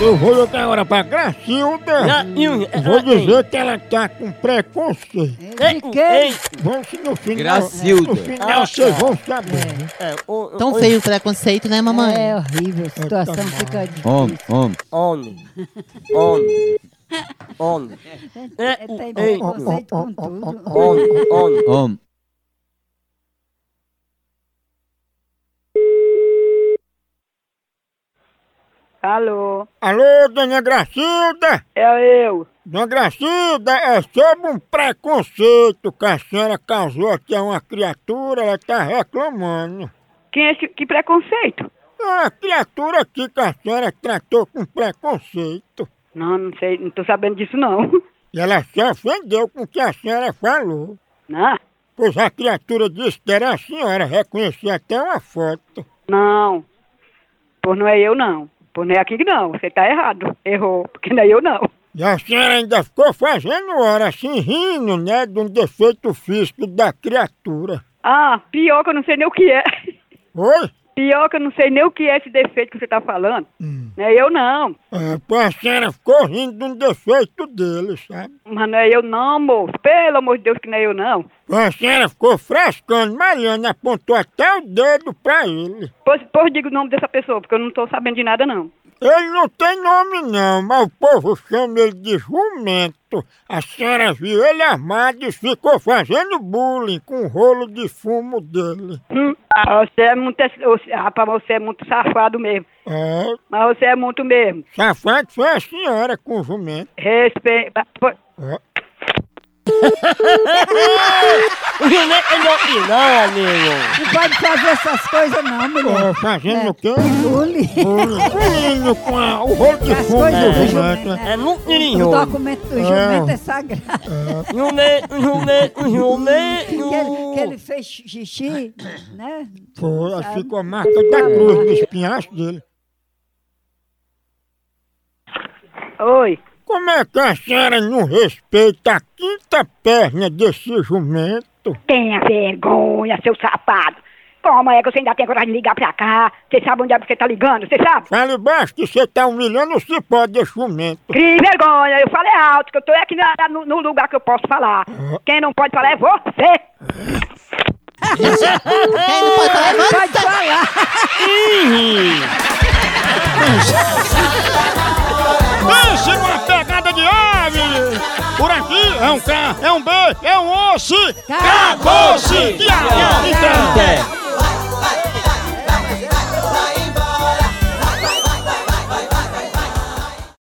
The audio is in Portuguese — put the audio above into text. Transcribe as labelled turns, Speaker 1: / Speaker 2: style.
Speaker 1: Eu vou ligar agora pra Gracilda. Vou dizer que ela tá com preconceito. Vamos que no final.
Speaker 2: Gracilda.
Speaker 1: No final vocês vão saber. né?
Speaker 3: Eh,
Speaker 4: Tão feio o preconceito, né, mamãe?
Speaker 5: É horrível, a situação
Speaker 1: tá mal.
Speaker 5: fica difícil.
Speaker 2: Homem, homem.
Speaker 3: Homem. Homem. Homem.
Speaker 5: É, tem preconceito com tudo.
Speaker 3: Homem. Homem.
Speaker 2: Homem.
Speaker 6: Alô,
Speaker 1: Alô, dona Gracilda?
Speaker 6: é eu.
Speaker 1: Dona Gracilda, é sobre um preconceito que a senhora casou aqui a uma criatura, ela tá reclamando.
Speaker 6: Quem é esse, que preconceito?
Speaker 1: Ah, A criatura aqui que a senhora tratou com preconceito.
Speaker 6: Não, não sei, não tô sabendo disso não.
Speaker 1: E ela se ofendeu com o que a senhora falou.
Speaker 6: Não,
Speaker 1: Pois a criatura disse que era a senhora, reconheci até uma foto.
Speaker 6: não. Pois não é eu não. Pois não é aqui que não, você tá errado. Errou, porque não é eu não.
Speaker 1: E a senhora ainda ficou fazendo hora assim, rindo, né, de um defeito físico da criatura.
Speaker 6: Ah, pior que eu não sei nem o que é.
Speaker 1: Oi?
Speaker 6: Pior que eu não sei nem o que é esse defeito que você tá falando. Não é eu não.
Speaker 1: É, pô, a senhora ficou rindo de um defeito dele, sabe?
Speaker 6: Mas não é eu não, moço. Pelo amor de Deus que não é eu não.
Speaker 1: Pô, a senhora ficou frescando, Mariana apontou até o dedo pra ele.
Speaker 6: Pois, pois diga o nome dessa pessoa, porque eu não tô sabendo de nada não.
Speaker 1: Ele não tem nome não, mas o povo chama ele de jumento. A senhora viu ele armado e ficou fazendo bullying com o rolo de fumo dele.
Speaker 6: Hum, ah, você é muito, você- rapaz, você é muito safado mesmo.
Speaker 1: É,
Speaker 6: Mas você é muito mesmo.
Speaker 1: safado foi a senhora com o jumento.
Speaker 6: Respeita.
Speaker 1: É.
Speaker 3: O jumento é meu não, amigo.
Speaker 5: Não pode fazer essas coisas não, mulher.
Speaker 1: Ó, fazendo
Speaker 5: É.
Speaker 1: o quê?
Speaker 5: Bullying.
Speaker 1: Bullying Bullying com a- o rolo de
Speaker 5: As
Speaker 1: fumo do
Speaker 5: coisas do
Speaker 1: jumento.
Speaker 5: jumento.
Speaker 1: né?
Speaker 3: É muito
Speaker 5: O
Speaker 3: lindo.
Speaker 5: documento
Speaker 1: Ah.
Speaker 5: do jumento é sagrado.
Speaker 3: Jumento, jumento,
Speaker 5: Que ele, que
Speaker 3: jumento.
Speaker 5: ele fez xixi, né?
Speaker 1: Foi, aí ficou a marca da cruz no espinhaço dele.
Speaker 6: Oi.
Speaker 1: Como é que a senhora não respeita a quinta perna desse jumento?
Speaker 6: Tenha vergonha, seu safado. Como é que você ainda tem coragem de ligar pra cá? Você sabe onde é que você tá ligando, você sabe?
Speaker 1: Fale baixo que você tá humilhando o cipó desse jumento.
Speaker 6: Crie vergonha, eu falei alto, que eu tô aqui na- na- no, no lugar que eu posso falar. Quem não pode falar é você.
Speaker 4: Quem não pode falar, manda
Speaker 5: Pode falar.
Speaker 1: Pense numa é pegada de ave! Por aqui é um K, é um B, é um osso! então?
Speaker 5: Acabou-se!
Speaker 1: Acabou-se! Que a vida!
Speaker 2: Até.